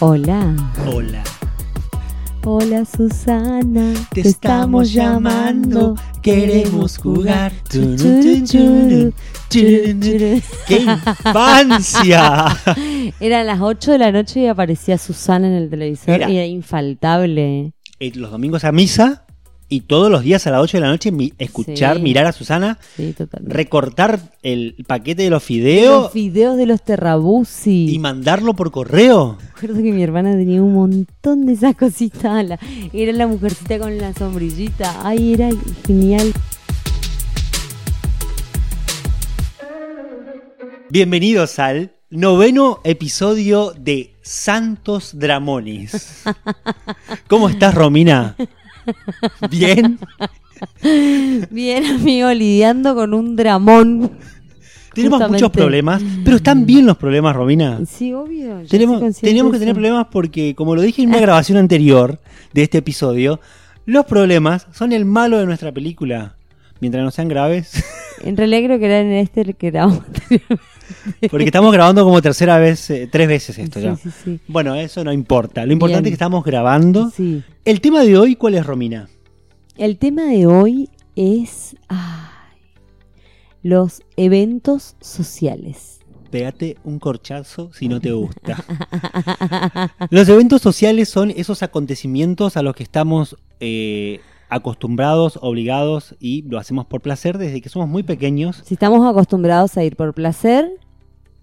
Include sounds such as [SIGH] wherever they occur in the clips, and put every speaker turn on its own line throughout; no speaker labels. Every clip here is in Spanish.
Hola.
Hola.
Hola Susana.
Te estamos llamando. Queremos jugar. Turun, turun, turun, turun, turun. ¡Qué infancia!
Eran las 8 de la noche y aparecía Susana en el televisor
Mira.
y era infaltable.
[LAUGHS] Eh, Los domingos a misa y todos los días a las 8 de la noche mi- escuchar,
Sí.
mirar a Susana,
Sí, totalmente.
recortar el paquete de los
Los
fideos
videos de los terrabusi.
y mandarlo por correo.
Recuerdo que mi hermana tenía un montón de esas cositas. la- era la mujercita con la sombrillita. Ay, era genial.
Bienvenidos al noveno episodio de Santos [LAUGHS] Dramonis. ¿Cómo estás, [LAUGHS] Romina? ¿Bien?
Bien, amigo, lidiando con un dramón.
Tenemos
Justamente.
muchos problemas, pero están bien los problemas, Romina.
Sí, obvio. yo soy
Tenemos,
consciente
tenemos que
de
tener
eso.
problemas porque, como lo dije en
Ah.
una grabación anterior de este episodio, los problemas son el malo de nuestra película. Mientras no sean graves, [LAUGHS]
En realidad creo que era en este el que grabamos.
porque estamos grabando como tercera vez, eh, tres veces [LAUGHS] esto ya.
Sí, sí,
Bueno, eso no importa. Lo importante
Bien.
es que estamos
sí.
grabando.
Sí.
El tema de hoy, ¿cuál es, Romina?
El tema de hoy es ay, los eventos sociales.
Pégate un corchazo si no te gusta. [LAUGHS] Los eventos sociales son esos acontecimientos a los que estamos eh, acostumbrados, obligados y lo hacemos por placer desde que somos muy pequeños.
Si estamos acostumbrados a ir por placer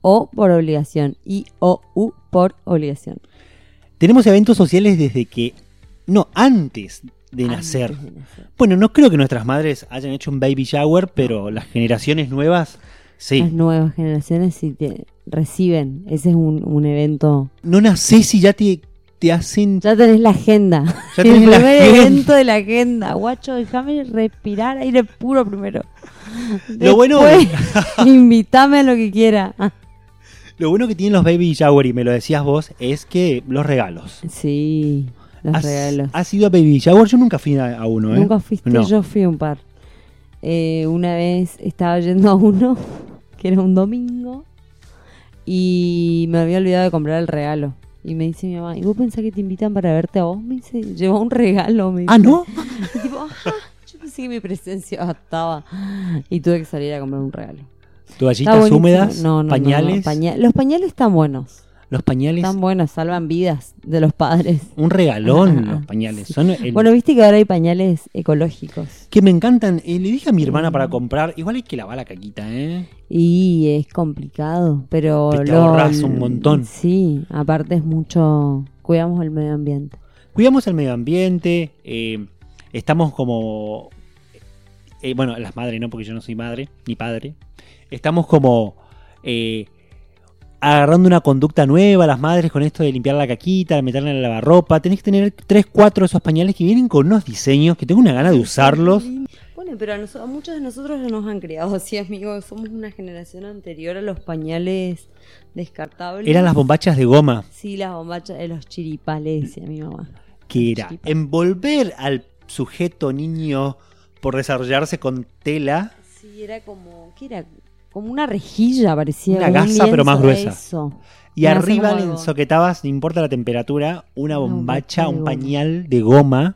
o por obligación. Y o u por obligación.
Tenemos eventos sociales desde que... No, antes de nacer.
Antes de nacer.
Bueno, no creo que nuestras madres hayan hecho un baby shower, pero las generaciones nuevas,
Las
sí.
nuevas generaciones sí te reciben. Ese es un, un evento.
No nacés y ya te, te hacen...
Ya tenés la agenda. [LAUGHS]
Ya
el
tenés la
primer
agenda.
evento de la agenda. Guacho, déjame respirar aire puro primero.
Lo bueno-
Después, [LAUGHS] Invítame a lo que quiera. Ah,
Lo bueno que tienen los baby shower, y me lo decías vos, es que los regalos.
Sí, los
Has,
regalos.
has ido a Baby Shower, yo nunca fui a, a uno, ¿eh?
Nunca fuiste,
Ah, No.
yo fui a un par. Eh, una vez estaba yendo a uno, [LAUGHS] que era un domingo, y me había olvidado de comprar el regalo. Y me dice mi mamá, ¿y vos pensás que te invitan para verte a vos? Me dice, lleva un regalo. Me
Ah,
dice.
¿no?
Y tipo, ajá, yo pensé que mi presencia bastaba. Y tuve que salir a comprar un regalo. Está
Toallitas
buenísimo.
húmedas,
No, no, no, no,
pañales.
paña- los pañales están buenos.
Los pañales,
Están buenos, salvan vidas de los padres.
un regalón
[LAUGHS] Ah,
los pañales. Son el-
Bueno, viste que ahora hay pañales ecológicos.
que me encantan. Eh, le dije a mi hermana para comprar, igual hay que lavar la caquita, ¿eh?
Y es complicado, pero...
Te ahorras un montón.
Sí, aparte es mucho... Cuidamos el medio ambiente.
Cuidamos el medio ambiente, eh, estamos como... eh, bueno, las madres no, porque yo no soy madre, ni padre. Estamos como... eh, agarrando una conducta nueva, las madres con esto de limpiar la caquita, meterla en la lavarropa. Tenés que tener 3, 4 de esos pañales que vienen con unos diseños que tengo una gana de usarlos.
Bueno, pero a, noso- a muchos de nosotros ya nos han criado así, amigos. Somos una generación anterior a los pañales descartables.
Eran las bombachas de goma,
Sí, las bombachas de los chiripales, decía mi mamá.
que era envolver al sujeto niño por desarrollarse con tela.
Sí, era como... ¿Qué era? Como una rejilla parecía.
Una
como un
gasa, pero más
lienzo,
gruesa.
Eso.
Y
Me hace
arriba
como
le
algo.
ensoquetabas, no importa la temperatura,
Una
una
bombacha
bombacha,
de
un
goma.
pañal de goma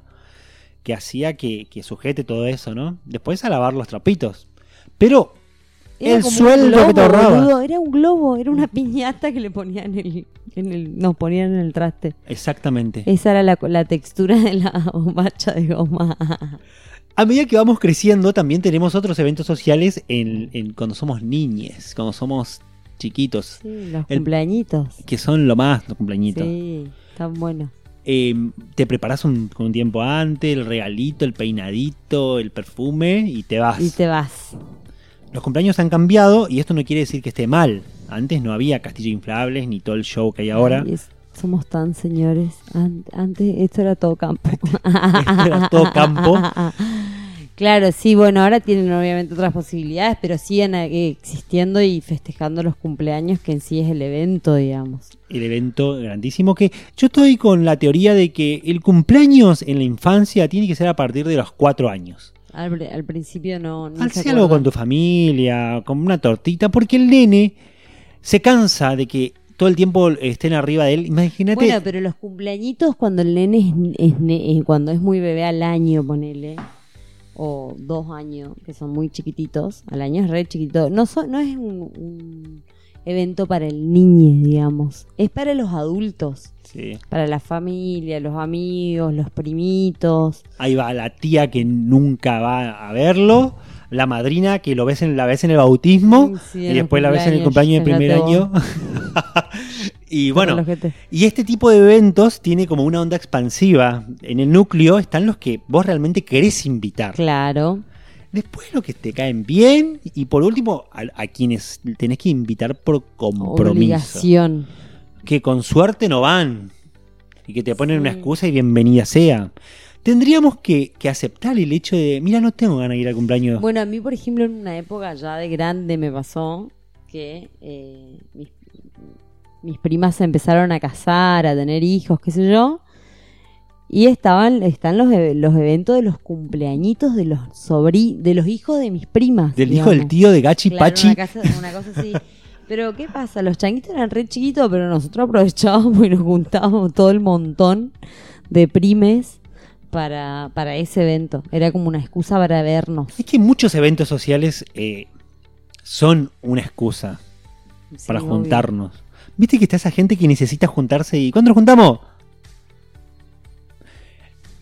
que hacía que, que sujete todo eso, ¿no? Después a lavar los trapitos. Pero El
como un
sueldo que te ahorrabas.
boludo, Era un globo, era una [LAUGHS] piñata que le ponían en el, en el- nos ponían en el traste.
Exactamente.
Esa era la, la textura de la [LAUGHS] bombacha de goma.
A medida que vamos creciendo, también tenemos otros eventos sociales en, en cuando somos niñes, cuando somos chiquitos,
Sí, los
El-
cumpleañitos.
que son lo más, los cumpleañitos.
Sí, tan buenos.
Eh, te preparas un, un tiempo antes, el regalito, el peinadito, el perfume y te vas.
Y te vas.
Los cumpleaños han cambiado y esto no quiere decir que esté mal. Antes no había castillo inflables ni todo el show que hay ahora.
Y es- somos tan señores. An- antes esto era todo campo.
[LAUGHS] Esto era todo campo.
[LAUGHS] Claro, sí, bueno, ahora tienen obviamente otras posibilidades, pero siguen eh, existiendo y festejando los cumpleaños, que en sí es el evento, digamos.
El evento grandísimo que yo estoy con la teoría de que el cumpleaños en la infancia tiene que ser a partir de los cuatro años.
Al, pri- al principio no. no
Haz algo con tu familia, con una tortita, porque el nene se cansa de que todo el tiempo estén arriba de él. Imagínate.
Bueno, pero los cumpleañitos cuando el nene es, es ne- eh, cuando es muy bebé al año, ponele, o dos años, que son muy chiquititos, al año es re chiquito. No, so- no es un, un evento para el niño, digamos. Es para los adultos,
Sí.
para la familia, los amigos, los primitos.
Ahí va la tía que nunca va a verlo, la madrina que lo ves en, la ves en el bautismo
Sí,
y
en los
después la ves en el cumpleaños del primer
fíjate vos.
año. [LAUGHS] y bueno,
Los ojete.
Y este tipo de eventos tiene como una onda expansiva. En el núcleo están los que vos realmente querés invitar.
Claro.
Después los que te caen bien. Y por último, a, a quienes tenés que invitar por compromiso.
Obligación.
Que con suerte no van. Y que te ponen
Sí.
una excusa y bienvenida sea. Tendríamos que, que aceptar el hecho de, mira, no tengo ganas de ir al cumpleaños.
Bueno, a mí, por ejemplo, en una época ya de grande me pasó que eh, mis, mis primas se empezaron a casar, a tener hijos, qué sé yo. Y estaban, están los, e- los eventos de los cumpleañitos de los sobri, de los hijos de mis primas.
del hijo del
digamos.
tío de Gachi
Claro,
Pachi.
Una, casa- una cosa así. Pero, ¿qué pasa? Los changuitos eran re chiquitos, pero nosotros aprovechábamos y nos juntábamos todo el montón de primes para, para ese evento. Era como una excusa para vernos.
Es que muchos eventos sociales eh, son una excusa.
Sí,
para
obvio.
juntarnos. Viste que está esa gente que necesita juntarse y ¿cuándo nos juntamos?
No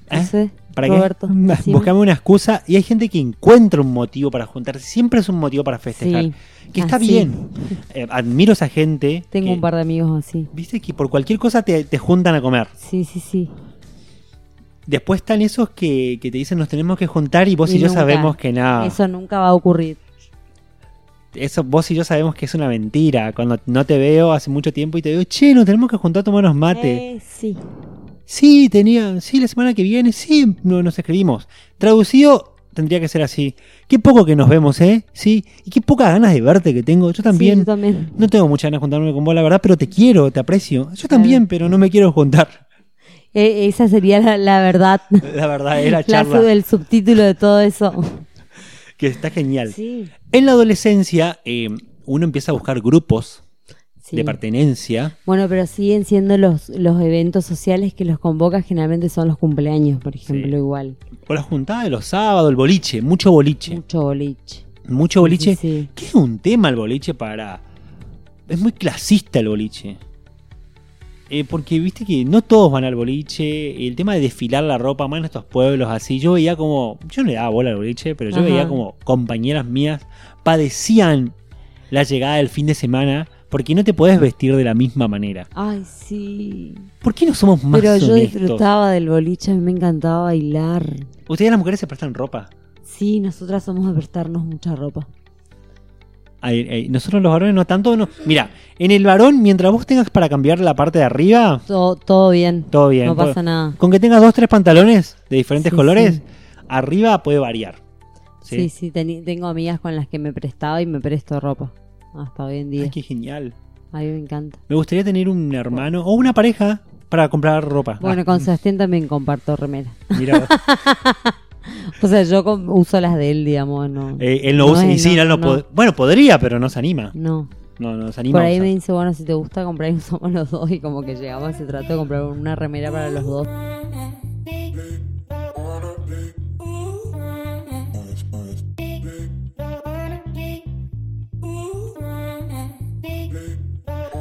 ¿Eh?
sé,
¿Para
Roberto,
[LAUGHS] qué? Mm,
decime.
Buscame una excusa y hay gente que encuentra un motivo para juntarse. Siempre es un motivo para festejar.
Sí,
que está
así.
bien. Eh, admiro a esa gente.
Tengo
que-
un par de amigos así.
Viste que por cualquier cosa te, te juntan a comer.
Sí, sí, sí.
Después están esos que, que te dicen nos tenemos que juntar y vos y,
Y
yo
nunca.
sabemos que nada.
Eso nunca va a ocurrir.
eso vos y yo sabemos que es una mentira. Cuando no te veo hace mucho tiempo y te digo, che, nos tenemos que juntar a tomarnos mate.
Eh, sí.
Sí, tenía, sí, la semana que viene, sí, no, nos escribimos. Traducido tendría que ser así. Qué poco que nos vemos, ¿eh? Sí, y qué pocas ganas de verte que tengo. Yo
Sí,
también.
yo también.
no tengo muchas ganas de juntarme con vos, la verdad, pero te quiero, te aprecio. Yo también, pero no me quiero juntar. [LAUGHS]
Eh, esa sería la, la verdad.
La
[LAUGHS]
verdadera
La
charla,
sub- el subtítulo de todo eso.
que está genial.
Sí.
En la adolescencia, eh, uno empieza a buscar grupos
sí.
de pertenencia.
Bueno, pero siguen siendo los, los eventos sociales que los convoca generalmente son los cumpleaños, por ejemplo,
Sí.
igual.
Por la juntada de los sábados, el boliche, mucho boliche.
Mucho boliche.
Mucho boliche.
Sí, sí.
¿Qué es un tema el boliche para.? Es muy clasista el boliche. Eh, porque viste que no todos van al boliche. El tema de desfilar la ropa, más en estos pueblos así. Yo veía como. Yo no le daba bola al boliche, pero yo
Ajá.
veía como compañeras mías padecían la llegada del fin de semana. Porque no te podés vestir de la misma manera.
Ay, sí.
¿Por qué no somos más
Pero yo
honestos?
disfrutaba del boliche, a mí me encantaba bailar.
Ustedes las mujeres se prestan ropa.
Sí, nosotras somos de prestarnos mucha ropa.
Ay, ay, nosotros los varones no tanto. No. Mira, en el varón, mientras vos tengas para cambiar la parte de arriba,
Todo, todo bien.
todo bien.
no
todo-
pasa nada.
Con que tengas dos, tres pantalones de diferentes
Sí,
colores,
sí.
arriba puede variar.
Sí, sí,
¿sí?
teni- tengo amigas con las que me prestaba y me presto ropa. Hasta hoy en
Ay,
día.
qué genial.
A mí me encanta.
Me gustaría tener un hermano o una pareja para comprar ropa.
Bueno,
Ah,
con Sebastián también comparto remera. [LAUGHS]
mira vos.
O sea, yo com- uso las de él, digamos. No,
Eh, él no,
No,
usa. y
él
sí,
no,
él no
no.
pod- bueno, podría, pero no se anima.
no.
No, no se anima.
Por
a
ahí
usar.
me dice, bueno, si te gusta comprar, [LAUGHS] usamos los dos. Y como que llegamos, se trató de comprar una remera para los dos.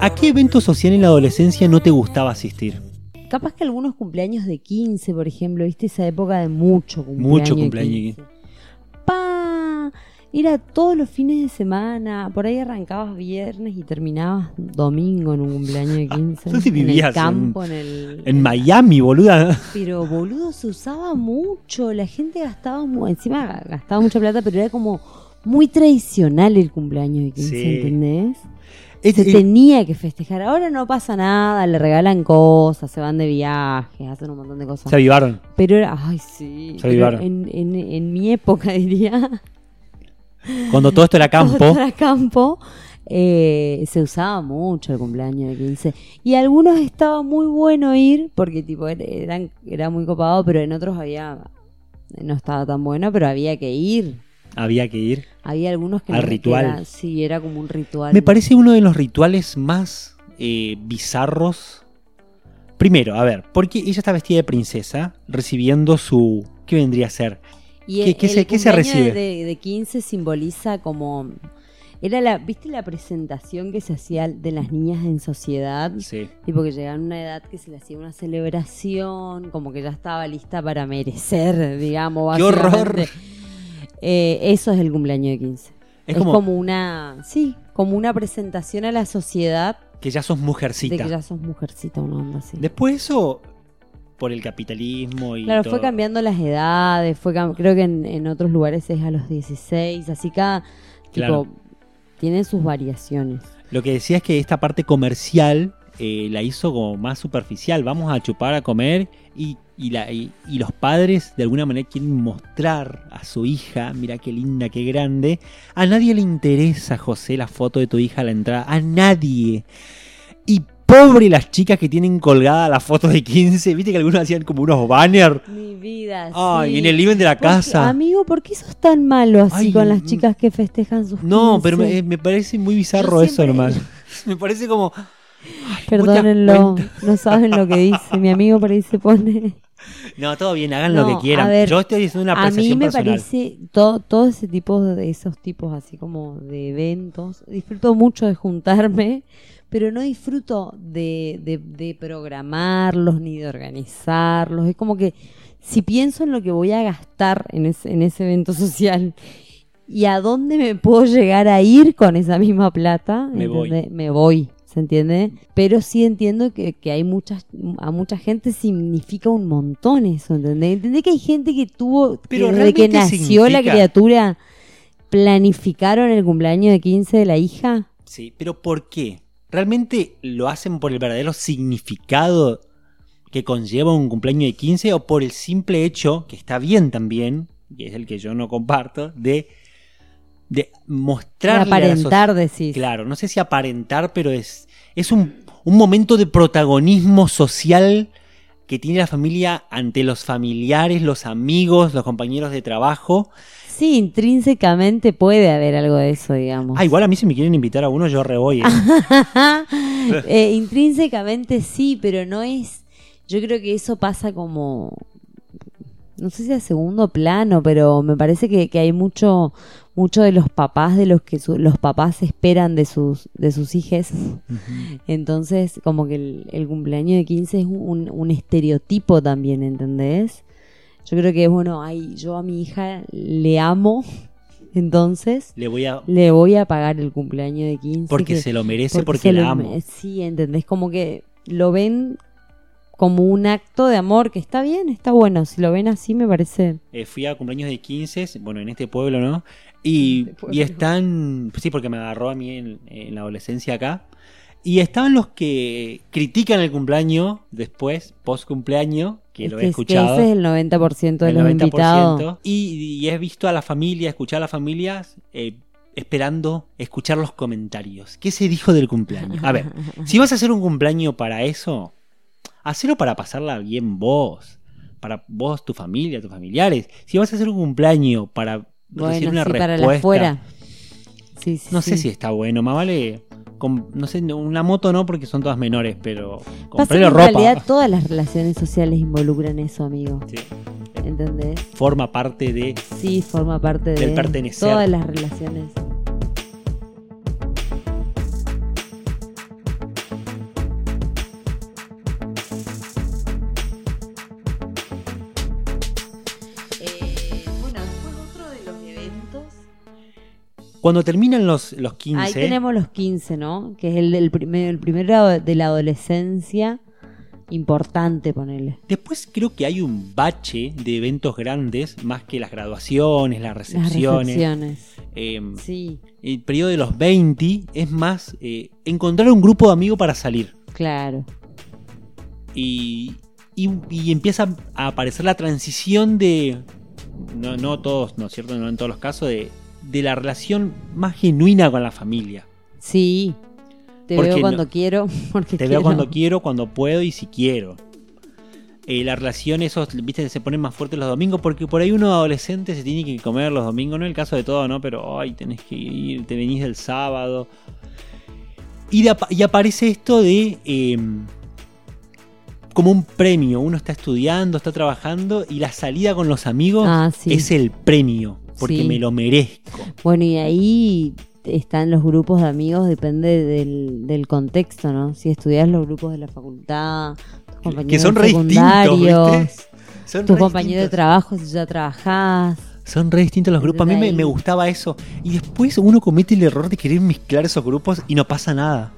¿A qué evento social en la adolescencia no te gustaba asistir?
Capaz que algunos cumpleaños de 15, por ejemplo, ¿viste? Esa época de mucho cumpleaños.
Mucho
de
cumpleaños.
15. ¡Pa! Era todos los fines de semana. Por ahí arrancabas viernes y terminabas domingo en un cumpleaños de 15.
[LAUGHS] Tú sí
en el
vivías en-
campo, en, el.
[LAUGHS] En Miami, boluda.
Pero boludo, se usaba mucho. La gente gastaba. mu- Encima gastaba mucha plata, pero era como muy tradicional el cumpleaños de 15,
Sí.
¿entendés?
Es- [LAUGHS]
Se
es-
tenía que festejar. Ahora no pasa nada, le regalan cosas, se van de viaje, hacen un montón de cosas.
se avivaron.
Pero era, ay sí,
Se
pero
avivaron.
en, en, en mi época [LAUGHS] diría,
Cuando todo esto era
cuando [LAUGHS]
campo,
era campo, eh, se usaba mucho el cumpleaños de 15. Y a algunos estaba muy bueno ir, porque tipo er- eran, era muy copado, pero en otros había, no estaba tan bueno, pero había que ir.
había que ir.
Había algunos que
Al
no, que
ritual.
era- sí, era como un ritual.
Me parece uno de los rituales más eh, bizarros. Primero, a ver, porque ella está vestida de princesa, recibiendo su. ¿Qué vendría a ser?
Y
¿Qué-
el-
qué
el
se- qué se
cumpleaños
recibe?
De, de 15 simboliza como... Era la, ¿Viste la presentación que se hacía de las niñas en sociedad?
Sí.
Tipo que llegaban a una edad que se le hacía una celebración, como que ya estaba lista para merecer, digamos.
¡Qué horror!
básicamente. Eh, eso es el cumpleaños de 15.
Es,
Es,
como,
como... una, sí, como una presentación a la sociedad
que ya sos
de
mujercita.
que ya sos mujercita, una onda así.
Después eso, por el capitalismo y.
Claro,
todo.
fue cambiando las edades, fue cam- creo que en, en otros lugares es a los 16, así cada
Claro.
tipo tiene sus variaciones.
Lo que decía es que esta parte comercial eh, la hizo como más superficial. Vamos a chupar, a comer y, y la- y- y los padres de alguna manera quieren mostrar a su hija, mira qué linda, qué grande. A nadie le interesa, José, la foto de tu hija a la entrada. A nadie. Y pobre las chicas que tienen colgada la foto de 15. Viste que algunos hacían como unos banners.
Mi vida.
Ay, en el living de la
Ah, Porque,
casa.
Amigo, ¿por qué sos tan malo así
Ay,
con las
mm.
chicas que festejan sus
No,
15?
pero me, eh, me parece muy bizarro
Yo
eso,
siempre-
hermano. Me parece como... ay, ¿vos te das
Perdónenlo,
cuenta?
no saben lo que dice. Mi amigo por ahí se pone.
No, todo bien, hagan lo
No,
que quieran.
a ver,
Yo estoy haciendo una
A mí
apreciación
me
personal.
parece todo, todo ese tipo de esos tipos así como de eventos. Disfruto mucho de juntarme, [LAUGHS] pero no disfruto de, de- de programarlos ni de organizarlos. Es como que si pienso en lo que voy a gastar en ese, en ese evento [LAUGHS] social y a dónde me puedo llegar a ir con esa misma plata,
Me voy.
¿entendés? Me voy. ¿Se entiende? Pero sí entiendo que, que hay muchas, a mucha gente significa un montón eso, ¿entendés? ¿Entendés que hay gente que tuvo, que
Pero
desde que
¿realmente
nació la
significa?
criatura, planificaron el cumpleaños de 15 de la hija?
Sí, pero ¿por qué? ¿Realmente lo hacen por el verdadero significado que conlleva un cumpleaños de 15 o por el simple hecho, que está bien también, que es el que yo no comparto, de,
De
de mostrarle a la
aparentar, decís.
Claro, no sé si aparentar, pero es, es un, un momento de protagonismo social que tiene la familia ante los familiares, los amigos, los compañeros de trabajo.
Sí, intrínsecamente puede haber algo de eso, digamos.
Ah, igual a mí si me quieren invitar a uno, yo
[LAUGHS]
re voy. ¿eh? [LAUGHS]
Eh, intrínsecamente sí, pero no es. Yo creo que eso pasa como. No sé si a segundo plano, pero me parece que, que hay mucho mucho de los papás de los que su- los papás esperan de sus de sus hijas. Entonces, como que el, el cumpleaños de 15 es un, un estereotipo también, ¿entendés? Yo creo que es bueno, ay, yo a mi hija le amo, [LAUGHS] entonces
Le voy a...
le voy a pagar el cumpleaños de 15.
Porque
que-
se lo merece, porque,
se
la
lo-
amo.
Sí, ¿entendés? Como que lo ven como un acto de amor, que está bien, está bueno. Si lo ven así, me parece.
Eh, fui a cumpleaños de 15, bueno, en este pueblo, ¿no? Y,
Este pueblo.
y están, pues sí, porque me agarró a mí en, en la adolescencia acá. Y estaban los que critican el cumpleaños después, post cumpleaños, que
es
lo
que-
he
es que
escuchado.
ese es el 90% de
el
los invitados.
Y, y he visto a la familia, escuchar a las familias eh, esperando escuchar los comentarios. ¿Qué se dijo del cumpleaños? A ver, si vas a hacer un cumpleaños para eso, hacelo para pasarla bien vos. Para vos, tu familia, tus familiares. Si vas a hacer un cumpleaños para recibir
Bueno,
una
sí,
respuesta.
para la afuera. Sí, sí,
No sé
sí.
si está bueno, más vale. com- no sé, no, una moto no, porque son todas menores, pero
Pasa
comprarle
que
ropa.
En realidad, todas las relaciones sociales involucran eso, amigo.
Sí,
¿Entendés?
forma parte de
Sí, forma parte
Del
de
pertenecer.
todas las relaciones. Eh, Bueno, después otro de los eventos.
Cuando terminan los, los 15.
Ahí tenemos los 15, ¿no? Que es el, del primer, el primero de la adolescencia importante, ponerle.
Después creo que hay un bache de eventos grandes, más que las graduaciones, las
Las
recepciones.
recepciones.
Eh,
Sí,
el periodo de los 20 es más eh, encontrar un grupo de amigos para salir.
claro.
Y, y- y empieza a aparecer la transición de. No, no todos, ¿no es cierto? No en todos los casos, de, de la relación más genuina con la familia.
Sí. Te
Porque
veo
no-
cuando quiero. [LAUGHS] Porque
Te
quiero.
veo cuando quiero, cuando puedo y si quiero. Eh, la relación, esos, viste, se ponen más fuertes los domingos, porque por ahí uno adolescente se tiene que comer los domingos, no es el caso de todo, ¿no? Pero, ay, tenés que ir, te venís del sábado. Y, de apa- y aparece esto de eh, como un premio. Uno está estudiando, está trabajando y la salida con los amigos
Ah, sí.
es el premio, porque
Sí.
me lo merezco.
Bueno, y ahí están los grupos de amigos, depende del, del contexto, ¿no? Si estudias los grupos de la facultad, tus compañeros
que son re distintos,
secundarios,
¿viste? Son
tus
re
compañeros de
distintos.
trabajo, si ya trabajás.
Son re distintos los grupos. A mí me,
Ahí.
me gustaba eso. Y después uno comete el error de querer mezclar esos grupos y no pasa nada.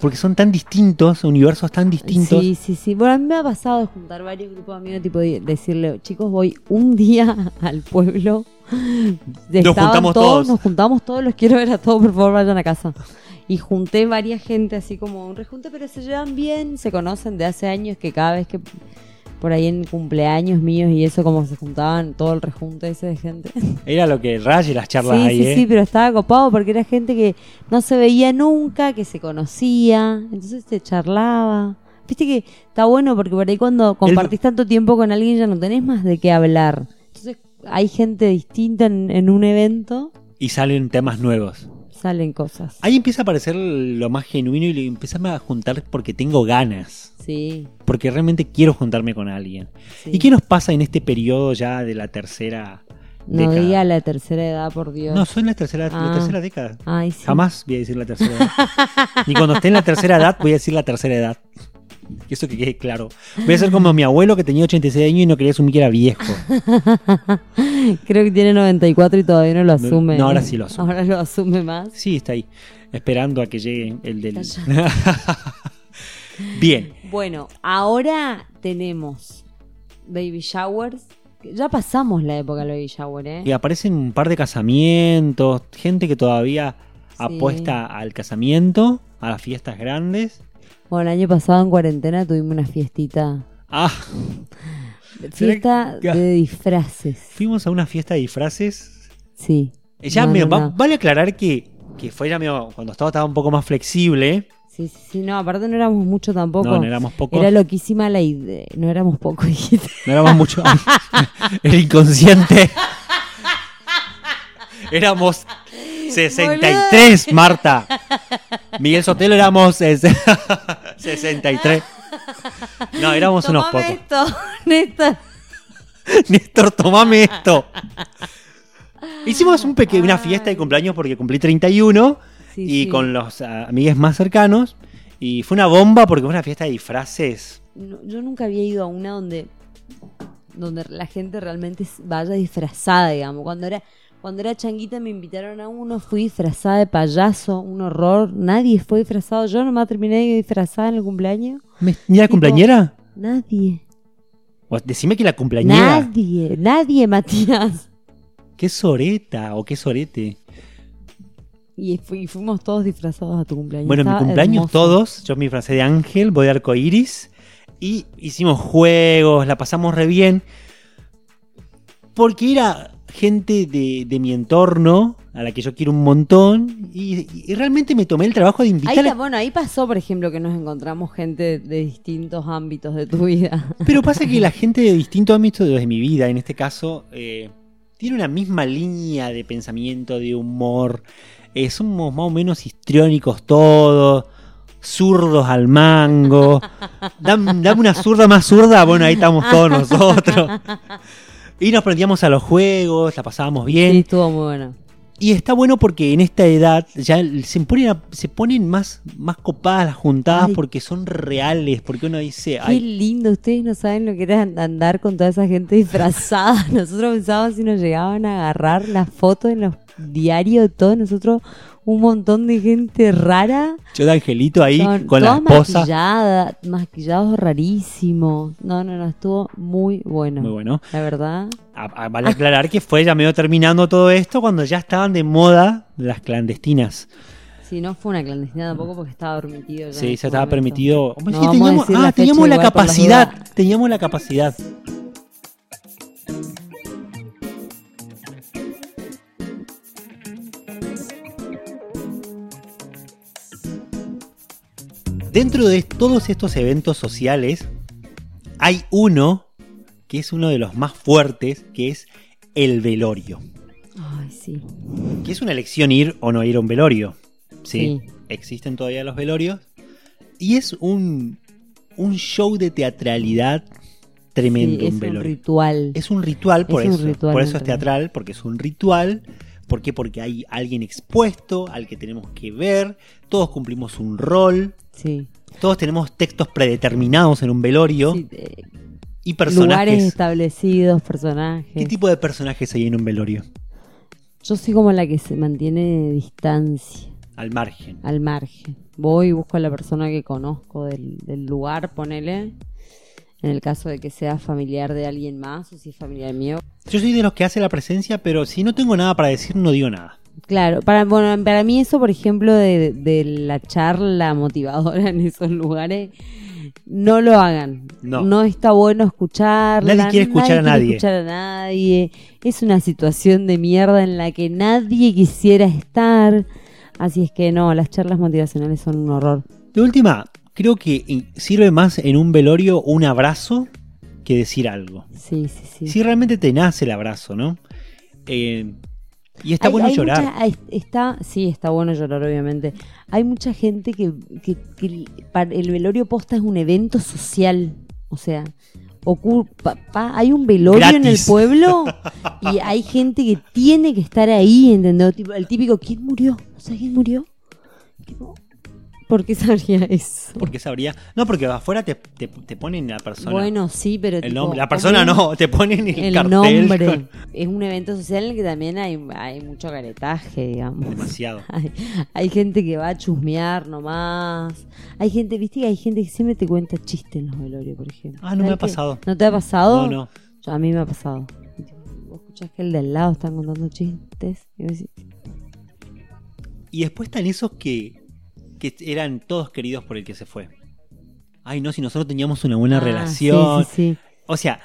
Porque son tan distintos, universos tan distintos.
Sí, sí, sí. Bueno, a mí me ha pasado de juntar varios grupos de amigos, tipo de- decirle, chicos, voy un [LAUGHS] día al pueblo. Nos
juntamos todos.
Nos juntamos todos, los quiero ver a todos, por favor, vayan a casa. Y junté varias gente, así como un rejunte, pero se llevan bien, se conocen de hace años, que cada vez que por ahí en cumpleaños míos y eso, como se juntaban todo el rejunte ese de gente.
Era lo que raye las charlas
sí,
ahí,
sí,
¿eh?
sí, pero estaba copado porque era gente que no se veía nunca, que se conocía, entonces se charlaba. Viste que está bueno porque por ahí cuando compartís tanto tiempo con alguien ya no tenés más de qué hablar. Entonces hay gente distinta en, en un evento,
Y salen temas nuevos.
salen cosas.
Ahí empieza a aparecer lo más genuino y le- empezame a juntar porque tengo ganas.
Sí,
Porque realmente quiero juntarme con alguien.
sí.
¿Y qué nos pasa en este periodo ya de la tercera
No
década?
diga la tercera edad, por Dios.
No, soy en la tercera, la
Ah.
tercera década.
Ay, sí.
Jamás voy a decir la tercera edad. Ni cuando esté en la tercera edad voy a decir la tercera edad. Que Eso que quede claro. Voy a ser como mi abuelo que tenía 86 años y no quería asumir que era viejo.
[LAUGHS] Creo que tiene 94 y todavía no lo asume. ¿eh?
no, ahora sí lo asume.
Ahora lo asume más.
Sí, está ahí. Esperando a que llegue el del... [LAUGHS] Bien.
Bueno, ahora tenemos baby showers. Ya pasamos la época del baby shower, ¿eh?
Y aparecen un par de casamientos, gente que todavía
Sí.
apuesta al casamiento, a las fiestas grandes.
Bueno, el año pasado en cuarentena tuvimos una fiestita.
Ah,
Fiesta
que-
de disfraces.
fuimos a una fiesta de disfraces.
Sí.
Ya
No,
me
no,
va-
no.
vale aclarar que, que fue ya medio- cuando estaba, estaba un poco más flexible.
Sí, sí, sí, no, aparte no éramos mucho tampoco.
No, no éramos pocos.
Era loquísima la idea. No éramos pocos, dijiste.
No éramos mucho. [LAUGHS] Ay, el inconsciente. Éramos 63, Marta. Miguel Sotelo éramos eh, [LAUGHS] 63. No, éramos unos
Tomame
pocos. [LAUGHS]
esto, [LAUGHS] neta.
Néstor, tomame esto. Hicimos un peque- una fiesta de cumpleaños porque cumplí 31
Sí,
y
sí.
con los ah, amigues más cercanos. Y fue una bomba porque fue una fiesta de disfraces.
No, yo nunca había ido a una donde donde la gente realmente s- vaya disfrazada, digamos. Cuando era cuando era changuita me invitaron a uno, fui disfrazada de payaso, un horror. Nadie fue disfrazado. Yo nomás terminé disfrazada en el cumpleaños.
Me- ¿Ni la
Tipo-
cumpleañera?
Nadie.
O- Decime que la cumpleañera.
Nadie. Nadie, Matías.
¿Qué soreta o qué sorete?
Y, fu- y fuimos todos disfrazados a tu cumpleaños.
Bueno, en mi
Estaba
cumpleaños
hermoso.
todos, yo me disfracé de ángel, voy de arco iris y hicimos juegos, la pasamos re bien. Porque era gente de, de mi entorno, a la que yo quiero un montón, y, y realmente me tomé el trabajo de
Ahí
invitar.
está, bueno, ahí pasó, por ejemplo, que nos encontramos gente de distintos ámbitos de tu vida.
Pero pasa que la gente de distintos ámbitos de mi vida, en este caso, eh, tiene una misma línea de pensamiento, de humor. Eh, somos más o menos histriónicos todos, zurdos al mango. Dam- Dame una zurda más zurda, bueno, ahí estamos todos nosotros. Y nos prendíamos a los juegos, la pasábamos bien.
Sí, estuvo muy bueno.
Y está bueno porque en esta edad ya se ponen, a- se ponen más, más copadas las juntadas
Ay.
porque son reales, porque uno dice,
Qué
ay,
lindo, ustedes no saben lo que era andar con toda esa gente disfrazada. [LAUGHS] Nosotros pensábamos si nos llegaban a agarrar las fotos en los diarios, todos nosotros, un montón de gente rara.
yo de angelito ahí
Estaban
con la
todas
esposa.
maquillada, maquillados rarísimos. No, no, no, estuvo muy bueno.
Muy bueno.
La verdad.
A- a- vale aclarar que fue ya medio terminando todo esto cuando ya estaban de moda las clandestinas.
Si no fue una clandestina tampoco porque estaba permitido. ya en
Sí,
ese
se estaba
momento.
permitido.
No
Sí,
vamos a
teníamos,
decir
ah,
la fecha
teníamos la
igual por las
capacidad.
dudas.
Teníamos la capacidad. Dentro de todos estos eventos sociales, hay uno que es uno de los más fuertes, que es el velorio.
Ay, sí.
Que es una elección ir o no ir a un velorio. Sí.
Sí.
existen todavía los velorios. Y es un, un show de teatralidad tremendo
Sí, es
un
un
velorio.
ritual.
es un ritual por
Es un
eso.
ritual,
por eso es
entre-
teatral, porque es un ritual. ¿Por qué? Porque hay alguien expuesto al que tenemos que ver. Todos cumplimos un rol.
Sí.
Todos tenemos textos predeterminados en un velorio.
Sí, eh,
Y
lugares
personajes.
establecidos, personajes.
¿Qué tipo de personajes hay en un velorio?
Yo soy como la que se mantiene de distancia,
Al margen.
al margen. Voy y busco a la persona que conozco del, del lugar, ponele. En el caso de que sea familiar de alguien más o si es familiar mío.
Yo soy de los que hace la presencia, pero si no tengo nada para decir, no digo nada.
Claro, para, bueno, para mí eso, por ejemplo, de, de la charla motivadora [LAUGHS] en esos lugares, no lo hagan.
No.
está bueno escucharla.
Nadie quiere escuchar a nadie.
escuchar a nadie. Es una situación de mierda en la que nadie quisiera estar. Así es que no, las charlas motivacionales son un horror.
De última, creo que in- sirve más en un velorio un abrazo que decir algo.
Sí, sí, sí.
Si realmente te nace el abrazo, ¿no? Eh, y está
Hay-
bueno
hay
llorar.
mucha- hay- está, sí, está bueno llorar, obviamente. Hay mucha gente que, que- que el- para- el velorio posta es un evento social. O sea, ocu- pa- pa- hay un velorio en el
Gratis. [LAUGHS]
pueblo y hay gente que tiene que estar ahí, ¿entendés? Tipo, el típico, ¿quién murió? ¿No sabés quién murió? Tipo, ¿Por qué sabría eso?
Porque sabría. No, porque afuera te, te- te ponen la persona.
Bueno, sí, pero...
el
tipo,
nombre. La persona
¿cómo?
no, te ponen el,
El
cartel.
nombre.
con-
Es un evento social en el que también hay, hay mucho caretaje, digamos.
Demasiado.
Hay, hay gente que va a chusmear nomás. Hay gente, viste que hay gente que siempre te cuenta chistes en los velorios, por ejemplo.
Ah, no me
¿Sabés
ha
qué?
pasado.
¿No te ha pasado?
No, no.
Yo- a mí me ha pasado. Vos escuchás que el del lado están contando chistes. Y vos decís,
Y después están esos que, que eran todos queridos por el que se fue. Ay, no, si nosotros teníamos una buena
"Ah,
relación.
Sí, sí,
O sea,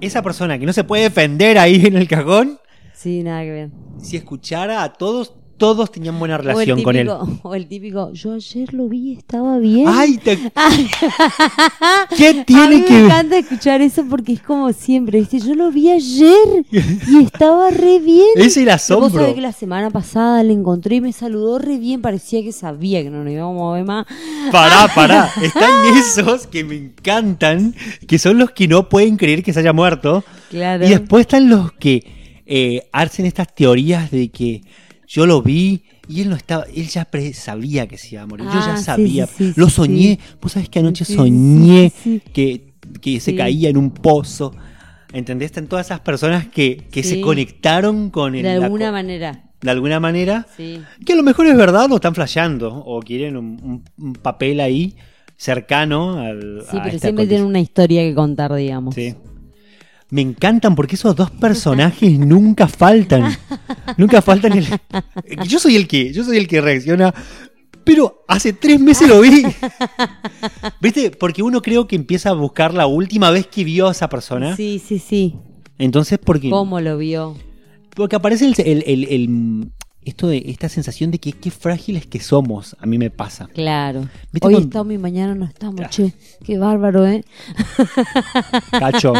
esa persona que no se puede defender ahí en el cajón,
sí. Sí, nada que ver.
si escuchara a todos, todos tenían buena
O el,
relación con él.
típico, o el típico, yo ayer lo vi, estaba bien.
Ay, te-
[LAUGHS] Ah, A
¿qué
mí
tiene
me
que ver?
encanta escuchar eso porque es como siempre, ¿viste? Yo lo vi ayer y estaba re bien.
[LAUGHS] Es el
Vos sabés
asombro.
que la semana pasada le encontré y me saludó re bien, parecía que sabía que no nos íbamos a ver más. Ah. [LAUGHS]
Pará, pará. Están esos que me encantan, que son los que no pueden creer que se haya muerto.
Claro.
Y después están los que eh, hacen estas teorías de que yo lo vi y él no estaba, él ya pre- sabía que se iba a morir. yo
Ah,
ya
sí,
sabía,
sí, sí,
lo
sí,
soñé. Vos sabés que anoche
Sí, sí,
soñé
sí, sí.
que, que se
Sí.
caía en un pozo. ¿Entendés? Están todas esas personas que, que se
Sí.
conectaron con el.
de
la
alguna
co-
manera.
de alguna manera.
Sí.
Que a lo mejor es verdad o están flasheando o quieren un, un- un papel ahí cercano al.
Sí,
a
pero
Ah, esta
siempre
acontec-
tienen una historia que contar, digamos.
Sí. Me encantan porque esos dos personajes nunca faltan. Nunca faltan. el- [LAUGHS] Yo soy el que, yo soy el que reacciona. Pero hace tres meses lo vi. [LAUGHS] ¿Viste? Porque uno creo que empieza a buscar la última vez que vio a esa persona.
sí, sí, sí.
Entonces, porque,
¿Cómo lo vio?
porque aparece el, el- el- el- esto de, esta sensación de que qué frágiles que somos. A mí me pasa.
Claro.
¿Viste
Hoy
cuando-
estamos y mañana no estamos,
Ah.
che. Qué bárbaro, ¿eh?
Cacho,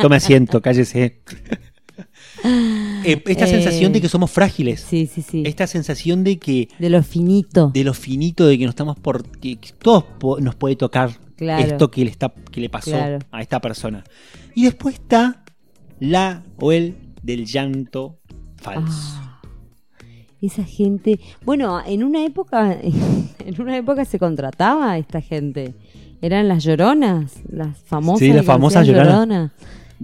tome asiento, cállese.
[LAUGHS]
Eh, Esta
Eh,
sensación de que somos frágiles.
Sí, sí, sí.
esta sensación de que
De lo finito.
de lo finito de que nos estamos por que que todos po- nos puede tocar
Claro.
esto que le está que le pasó
Claro.
a esta persona y después está la o el del llanto falso
Ah, esa gente. Bueno, en una época, [LAUGHS] en una época se contrataba a esta gente. Eran las lloronas, las famosas.
Sí, las
que hacían
famosas lloronas.
lloronas.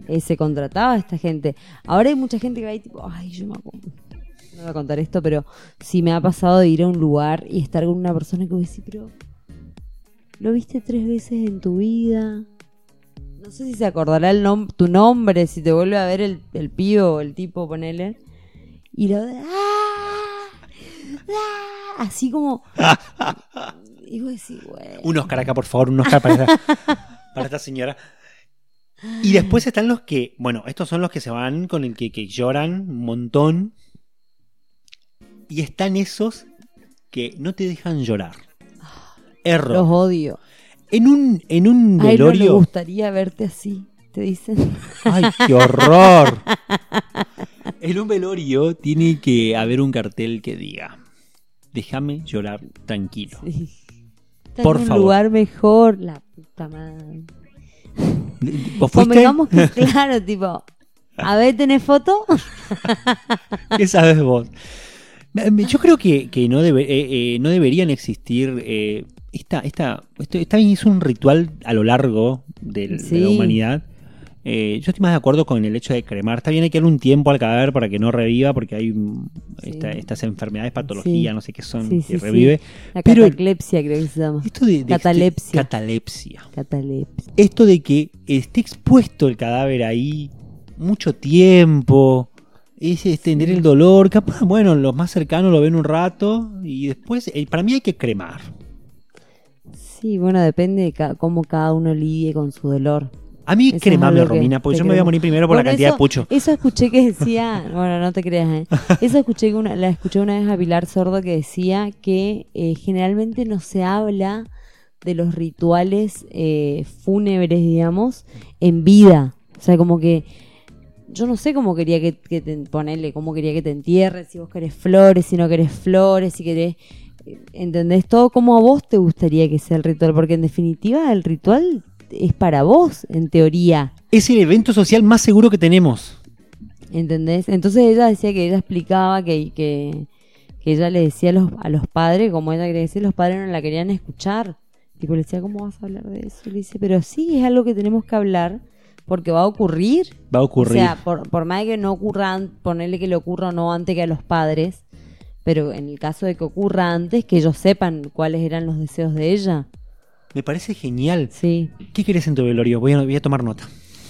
Eh, se contrataba a esta gente. Ahora hay mucha gente que va ahí tipo, ay, yo me acuerdo. No voy a contar esto, pero sí me ha pasado de ir a un lugar y estar con una persona que voy a decir, pero lo viste tres veces en tu vida. No sé si se acordará el nom- tu nombre, si te vuelve a ver el, el pibe o el tipo, ponele. Y lo de. ¡Ah! ¡Ah! Así como. Y vos decís, güey.
un Oscar acá por favor un Oscar para esta,
[LAUGHS]
para esta señora y después están los que bueno estos son los que se van con el que, que lloran un montón y están esos que no te dejan llorar error
Ah. Los odio.
En un, en un
A él no le
velorio.
gustaría verte así, te dicen.
Ay, qué [LAUGHS] horror. En un velorio tiene que haber un cartel que diga. déjame llorar tranquilo.
Sí. Está
Por
en un
favor.
lugar mejor, la puta madre.
¿Vos fuiste?
Convengamos
[LAUGHS]
que, claro, tipo, a ver, ¿tenés foto?
[LAUGHS] ¿Qué sabes vos? Me- me- Yo creo que, que no, debe- eh, eh, no deberían existir. eh, esta, esta, esto, esta es un ritual a lo largo del- de
Sí.
la humanidad. Eh, yo estoy más de acuerdo con el hecho de cremar. Está bien, hay que darle un tiempo al cadáver para que no reviva, porque hay mm,
Sí.
esta- estas enfermedades, patologías,
Sí.
no sé qué son,
Sí, sí,
que
sí.
revive.
La
[LAUGHS] Pero-
cataclepsia creo que se llama.
Esto de, de-
Catalepsia.
catalepsia.
Catalepsia.
Esto de que esté expuesto el cadáver ahí mucho tiempo, es extender el dolor. Capaz, bueno, los más cercanos lo ven un rato y después, eh, para mí hay que cremar.
Sí, bueno, depende de ca- cómo cada uno lidie con su dolor.
A mí
Eso es
cremame,
algo que
Romina, porque
te
yo me voy a
cremo.
morir primero por la
Bueno,
cantidad
eso-
de pucho.
Eso escuché que
[LAUGHS]
decía, bueno, no te creas, ¿eh? Eso escuché que una, la escuché una vez a Pilar Sordo que decía que eh, generalmente no se habla de los rituales eh, fúnebres, digamos, en vida. O sea, como que yo no sé cómo quería que, que te ponele, cómo quería que te entierres, si vos querés flores, si no querés flores, si querés eh, ¿Entendés? Todo como a vos te gustaría que sea el ritual, porque en definitiva el ritual es para vos, en teoría.
Es el evento social más seguro que tenemos.
¿Entendés? Entonces ella decía que ella explicaba que, que, que ella le decía a los, a los padres, como ella quería decir, los padres no la querían escuchar. Tipo, le decía, ¿cómo vas a hablar de eso? Y le dice, pero sí, es algo que tenemos que hablar porque va a ocurrir.
Va a ocurrir.
O sea, por, por más que no ocurra, an- ponerle que le ocurra o no antes que a los padres, pero en el caso de que ocurra antes, que ellos sepan cuáles eran los deseos de ella.
me parece genial.
Sí.
¿Qué querés en tu velorio? Voy a, voy a tomar nota.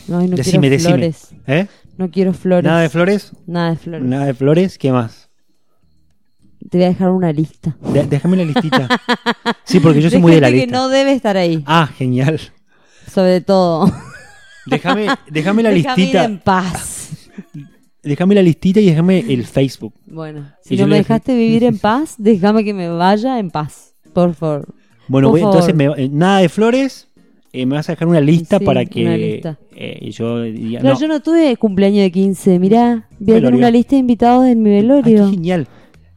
No, y no
decime,
quiero
decime.
flores.
¿Eh?
No quiero flores.
¿Nada de flores?
Nada de flores.
¿Nada de flores? ¿Qué más?
Te voy a dejar una lista.
De- déjame
[LAUGHS]
la listita. Sí, porque yo soy
De
muy de la
gente este que
lista.
no debe estar ahí,
Ah, genial.
sobre
[LAUGHS]
todo. [LAUGHS]
Déjame, déjame la
Déjame ir en
listita.
paz.
Déjame la listita y déjame el Facebook.
Bueno,
Y
si
yo
no me
le-
dejaste vivir en paz, déjame que me vaya en paz, por favor.
Bueno,
Por
voy-
favor.
entonces me- eh, nada de flores. eh, me vas a dejar una lista
Sí,
para que
una lista.
eh, yo diga.
Claro,
no.
yo no tuve cumpleaños de 15, mirá, voy a tener
Velorio.
una lista de invitados en mi
Ay, qué
velorio.
Ah, genial.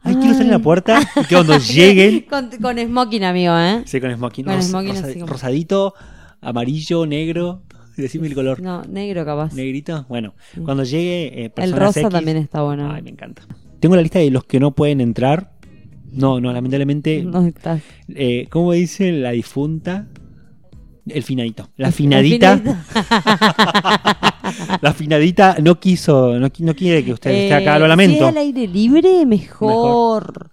Ay, quiero salir a la
Ay.
puerta y
[LAUGHS]
que cuando lleguen.
con, con smoking, amigo, ¿eh?
Sí, con smoking.
Con
ros-
smoking
rosa-
así como-
rosadito, amarillo, negro. [LAUGHS] Decime el color.
No, negro capaz.
Negrito. Bueno,
Sí.
cuando llegue. eh,
El
personas
rosa
X,
también está bueno.
Ay, me encanta. Tengo la lista de los que no pueden entrar. No, no, lamentablemente.
No estás.
Eh, ¿Cómo dice la difunta? El finadito. La finadita. la finadita no quiso, no, qui- no quiere que usted esté acá, lo
Eh, Si es
lamento.
al aire libre, mejor.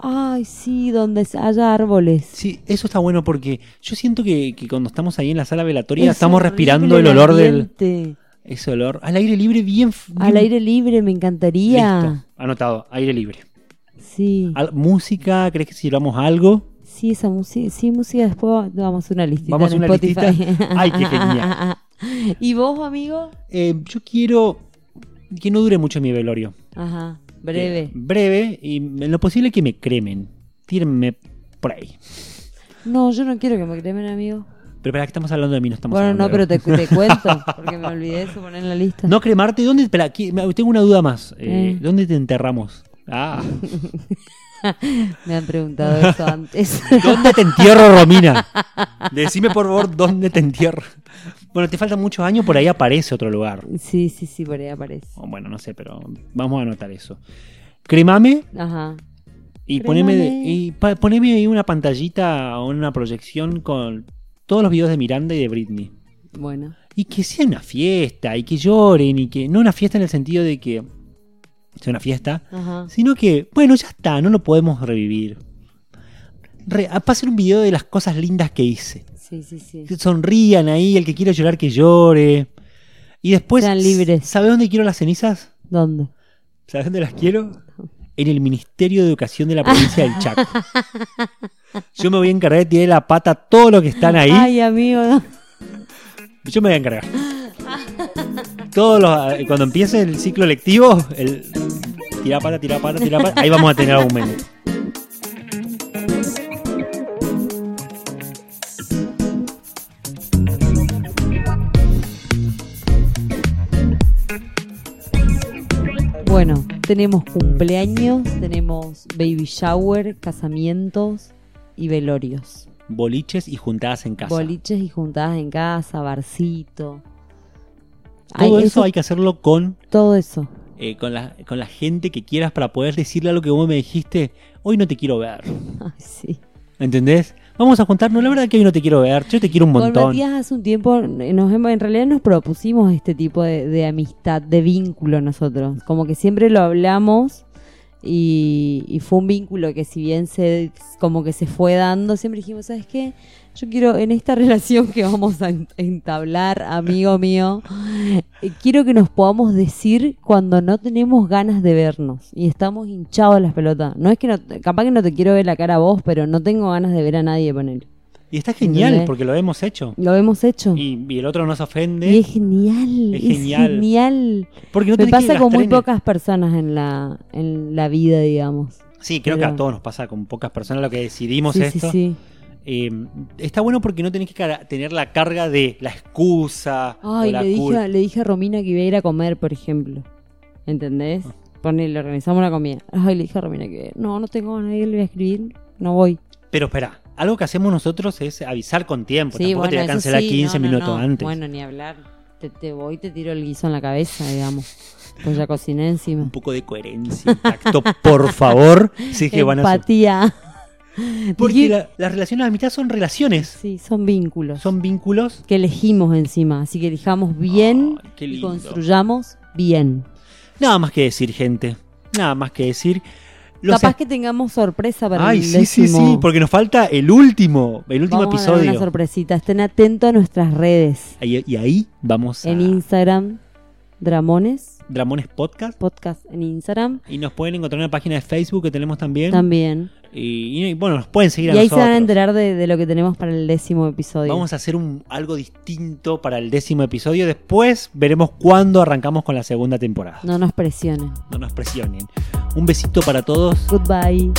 Ay, sí, donde haya árboles.
Sí, eso está bueno porque yo siento que, que cuando estamos ahí en la sala velatoria
Es
estamos
horrible
respirando el olor del.
ambiente.
Ese olor. Al aire libre, bien. f-
Al
bien-
aire libre, me encantaría.
Listo, Anotado, aire libre.
Sí,
Al- música, ¿crees que sirvamos algo?
sí, esa música, sí, música después vamos a hacer una listita
Vamos a
en
una
Spotify.
listita. Ay, qué genial.
[LAUGHS] ¿Y vos, amigo?
Eh, yo quiero que no dure mucho mi velorio.
Ajá, breve.
Que- breve y en lo posible que me cremen. Tírenme por ahí.
No, yo no quiero que me cremen, amigo.
Pero para que estamos hablando de mí, no estamos
bueno,
hablando
no,
de
pero
vos.
te,
[LAUGHS]
te cuento, porque me olvidé de eso poner en la lista.
No cremarte, ¿dónde? Espera, qui- me- tengo una duda más. Eh,
Eh.
¿Dónde te enterramos?
[LAUGHS]
Ah,
Me han preguntado
[LAUGHS]
eso antes. [LAUGHS]
¿dónde te entierro, Romina? Decime por favor, ¿dónde te entierro? Bueno, te faltan muchos años, por ahí aparece otro lugar.
sí, sí, sí, por ahí aparece.
O Bueno, no sé, pero vamos a anotar eso. Cremame
Ajá.
y poneme,
Cremame.
y pa- poneme ahí una pantallita o una proyección con todos los videos de Miranda y de Britney.
Bueno,
Y que sea una fiesta, y que lloren, y que. No una fiesta en el sentido de que sea una fiesta,
ajá.
sino que, bueno, ya está, no lo podemos revivir. Re, ah, a- pasen un video de las cosas lindas que hice.
Sí, sí, sí.
Que Sonrían ahí, el que quiera llorar que llore. Y después.
Sean libres.
¿Sabes dónde quiero las cenizas?
¿Dónde?
¿Sabes dónde las quiero? En el Ministerio de Educación de la provincia
[LAUGHS]
del Chaco. Yo me voy a encargar de tirar la pata a todos los que están ahí.
Ay, amigo, no.
Yo me voy a encargar. Todos los, eh, cuando empiece el ciclo lectivo, el tira pata, tira pata, tira pata, ahí vamos a tener aumento.
bueno, tenemos cumpleaños, tenemos baby shower, casamientos y velorios.
Boliches y juntadas en casa.
Boliches y juntadas en casa, barcito. Ay,
Todo eso, hay que hacerlo con,
Todo eso. [LAUGHS]
eh, con, la, con la gente que quieras para poder decirle algo que vos me dijiste, hoy no te quiero ver.
Ay, sí.
¿Entendés? Vamos a juntarnos, la verdad que hoy no te quiero ver, yo te quiero un
Con
montón.
Matías hace un tiempo, eh, nos hemos- en realidad nos propusimos este tipo de, de amistad, de vínculo nosotros. Como que siempre lo hablamos y, y fue un vínculo que si bien se como que se fue dando, siempre dijimos, ¿sabes qué? Yo quiero, en esta [LAUGHS] relación que vamos a en- entablar, amigo mío, eh, quiero que nos podamos decir cuando no tenemos ganas de vernos y estamos hinchados las pelotas. No es que no, capaz que no te quiero ver la cara a vos, pero no tengo ganas de ver a nadie poner.
Y está genial
¿Entendés?
porque lo hemos hecho.
Lo hemos hecho.
Y, y el otro no se ofende.
Mm. Y es genial,
Es
es
genial.
genial.
porque no
Me
tenés que
pasa con muy
gastar en-
pocas personas en la, en la vida, digamos.
Sí, creo que
Pero-
a todos nos pasa con pocas personas lo que decidimos
sí, sí,
esto.
sí.
Eh, está bueno porque no tenés que cara- tener la carga de la excusa
Ay,
o la
le
culpa.
dije, le dije a Romina que iba a ir a comer, por ejemplo. ¿Entendés? Ponele, organizamos una comida. Ay, le dije a Romina que no, no tengo ganas de ir, le voy a escribir, no voy.
Pero espera, algo que hacemos nosotros es avisar con tiempo.
Sí,
pues Tampoco
bueno,
te voy a
eso
cancelar
sí,
15
no, no,
minutos
no.
antes.
Bueno, ni hablar. Te, te voy y te tiro el guiso en la cabeza, digamos. Pues ya cociné encima.
Un poco de coherencia,
[LAUGHS]
tacto, por favor. Sí que van a hacer.
Empatía.
Porque
Dije-
la- las relaciones a mitad son relaciones,
Sí, son vínculos.
son vínculos.
que elegimos encima. Así que elijamos bien
Ay, Ah, qué
y
lindo.
construyamos bien.
Nada más que decir, gente. Nada más que decir. Los
Capaz
a-
que tengamos sorpresa para
Ay,
el
sí, sí,
décimo.
sí. Porque nos falta el último, el último
Vamos a dar una
episodio.
sorpresita. Estén atentos a nuestras redes.
Y, y ahí vamos a
En Instagram, Dramones
Dramones Podcast.
Podcast en Instagram
Y nos pueden encontrar en la página de Facebook que tenemos también.
también.
Y, y, bueno, nos pueden seguir
Y
a
ahí se
nosotros.
van a enterar de, de lo que tenemos para el décimo episodio.
Vamos a hacer un, algo distinto para el décimo episodio. Después veremos cuándo arrancamos con la segunda temporada.
No nos presionen.
No nos presionen. Un besito para todos.
Goodbye.